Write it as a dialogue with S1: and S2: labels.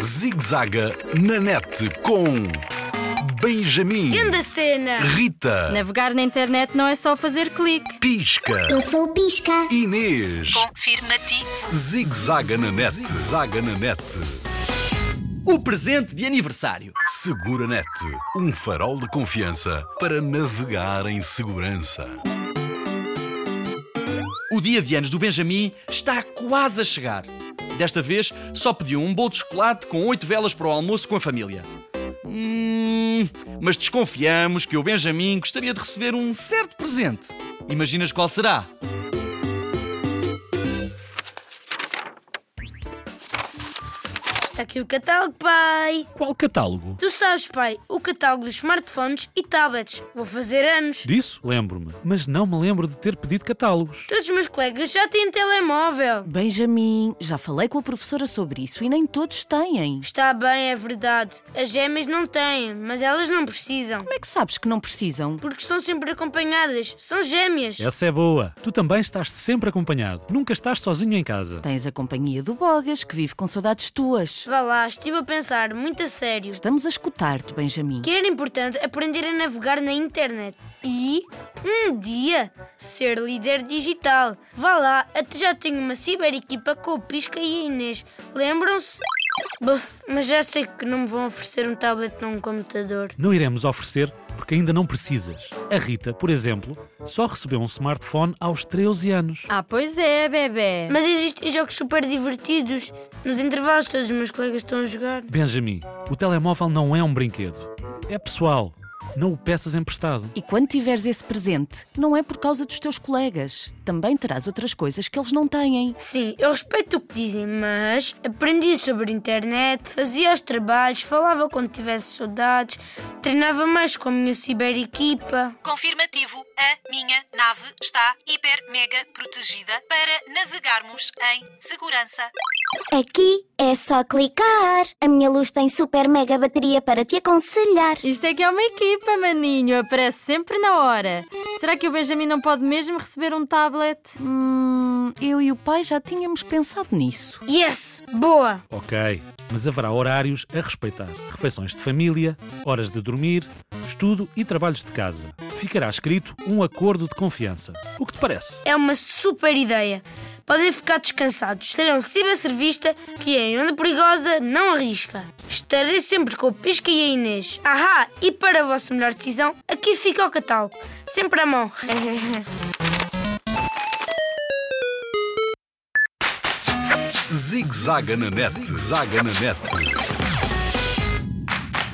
S1: Zigzaga na net com Benjamin,
S2: Grande cena!
S1: Rita,
S3: Navegar na internet não é só fazer clique.
S1: Pisca,
S4: Eu sou o Pisca.
S1: Inês.
S5: Confirmativo.
S1: Zigzaga na net, zaga na net.
S6: O presente de aniversário.
S1: Segura net, um farol de confiança para navegar em segurança.
S6: O dia de anos do Benjamin está quase a chegar. Desta vez só pediu um bolo de chocolate com oito velas para o almoço com a família. Hum, mas desconfiamos que o Benjamin gostaria de receber um certo presente. Imaginas qual será?
S2: Está aqui o catálogo, pai!
S7: Qual catálogo?
S2: Tu sabes, pai, o catálogo dos smartphones e tablets. Vou fazer anos.
S7: Disso lembro-me, mas não me lembro de ter pedido catálogos.
S2: Todos os meus colegas já têm telemóvel.
S5: Benjamin, já falei com a professora sobre isso e nem todos têm.
S2: Está bem, é verdade. As gêmeas não têm, mas elas não precisam.
S5: Como é que sabes que não precisam?
S2: Porque estão sempre acompanhadas. São gêmeas.
S7: Essa é boa. Tu também estás sempre acompanhado. Nunca estás sozinho em casa.
S5: Tens a companhia do Bogas, que vive com saudades tuas.
S2: Vá lá, estive a pensar muito a sério.
S5: Estamos a escutar-te, Benjamin.
S2: Que era importante aprender a navegar na internet e, um dia, ser líder digital. Vá lá, até já tenho uma ciber equipa com o Pisca e a Inês. Lembram-se? Buf, mas já sei que não me vão oferecer um tablet ou um computador.
S7: Não iremos oferecer porque ainda não precisas. A Rita, por exemplo, só recebeu um smartphone aos 13 anos.
S3: Ah, pois é, bebê.
S2: Mas existem jogos super divertidos. Nos intervalos todos os meus colegas estão a jogar.
S7: Benjamin, o telemóvel não é um brinquedo. É pessoal. Não o peças emprestado.
S5: E quando tiveres esse presente, não é por causa dos teus colegas. Também terás outras coisas que eles não têm.
S2: Sim, eu respeito o que dizem, mas aprendi sobre a internet, fazia os trabalhos, falava quando tivesse saudades, treinava mais com a minha ciber equipa.
S8: Confirmativo, a minha nave está hiper mega protegida para navegarmos em segurança.
S4: Aqui é só clicar. A minha luz tem super mega bateria para te aconselhar.
S3: Isto é que é uma equipa, maninho. Aparece sempre na hora. Será que o Benjamin não pode mesmo receber um tablet?
S5: Hum, eu e o pai já tínhamos pensado nisso.
S2: Yes, boa!
S7: Ok, mas haverá horários a respeitar: refeições de família, horas de dormir, estudo e trabalhos de casa. Ficará escrito um acordo de confiança. O que te parece?
S2: É uma super ideia. Podem ficar descansados. Serão ciberservista que é em onda perigosa não arrisca. Estarei sempre com o Pisca e a Inês. Ahá! E para a vossa melhor decisão, aqui fica o catálogo. Sempre à mão.
S1: Zigzaga na net, zaga na net.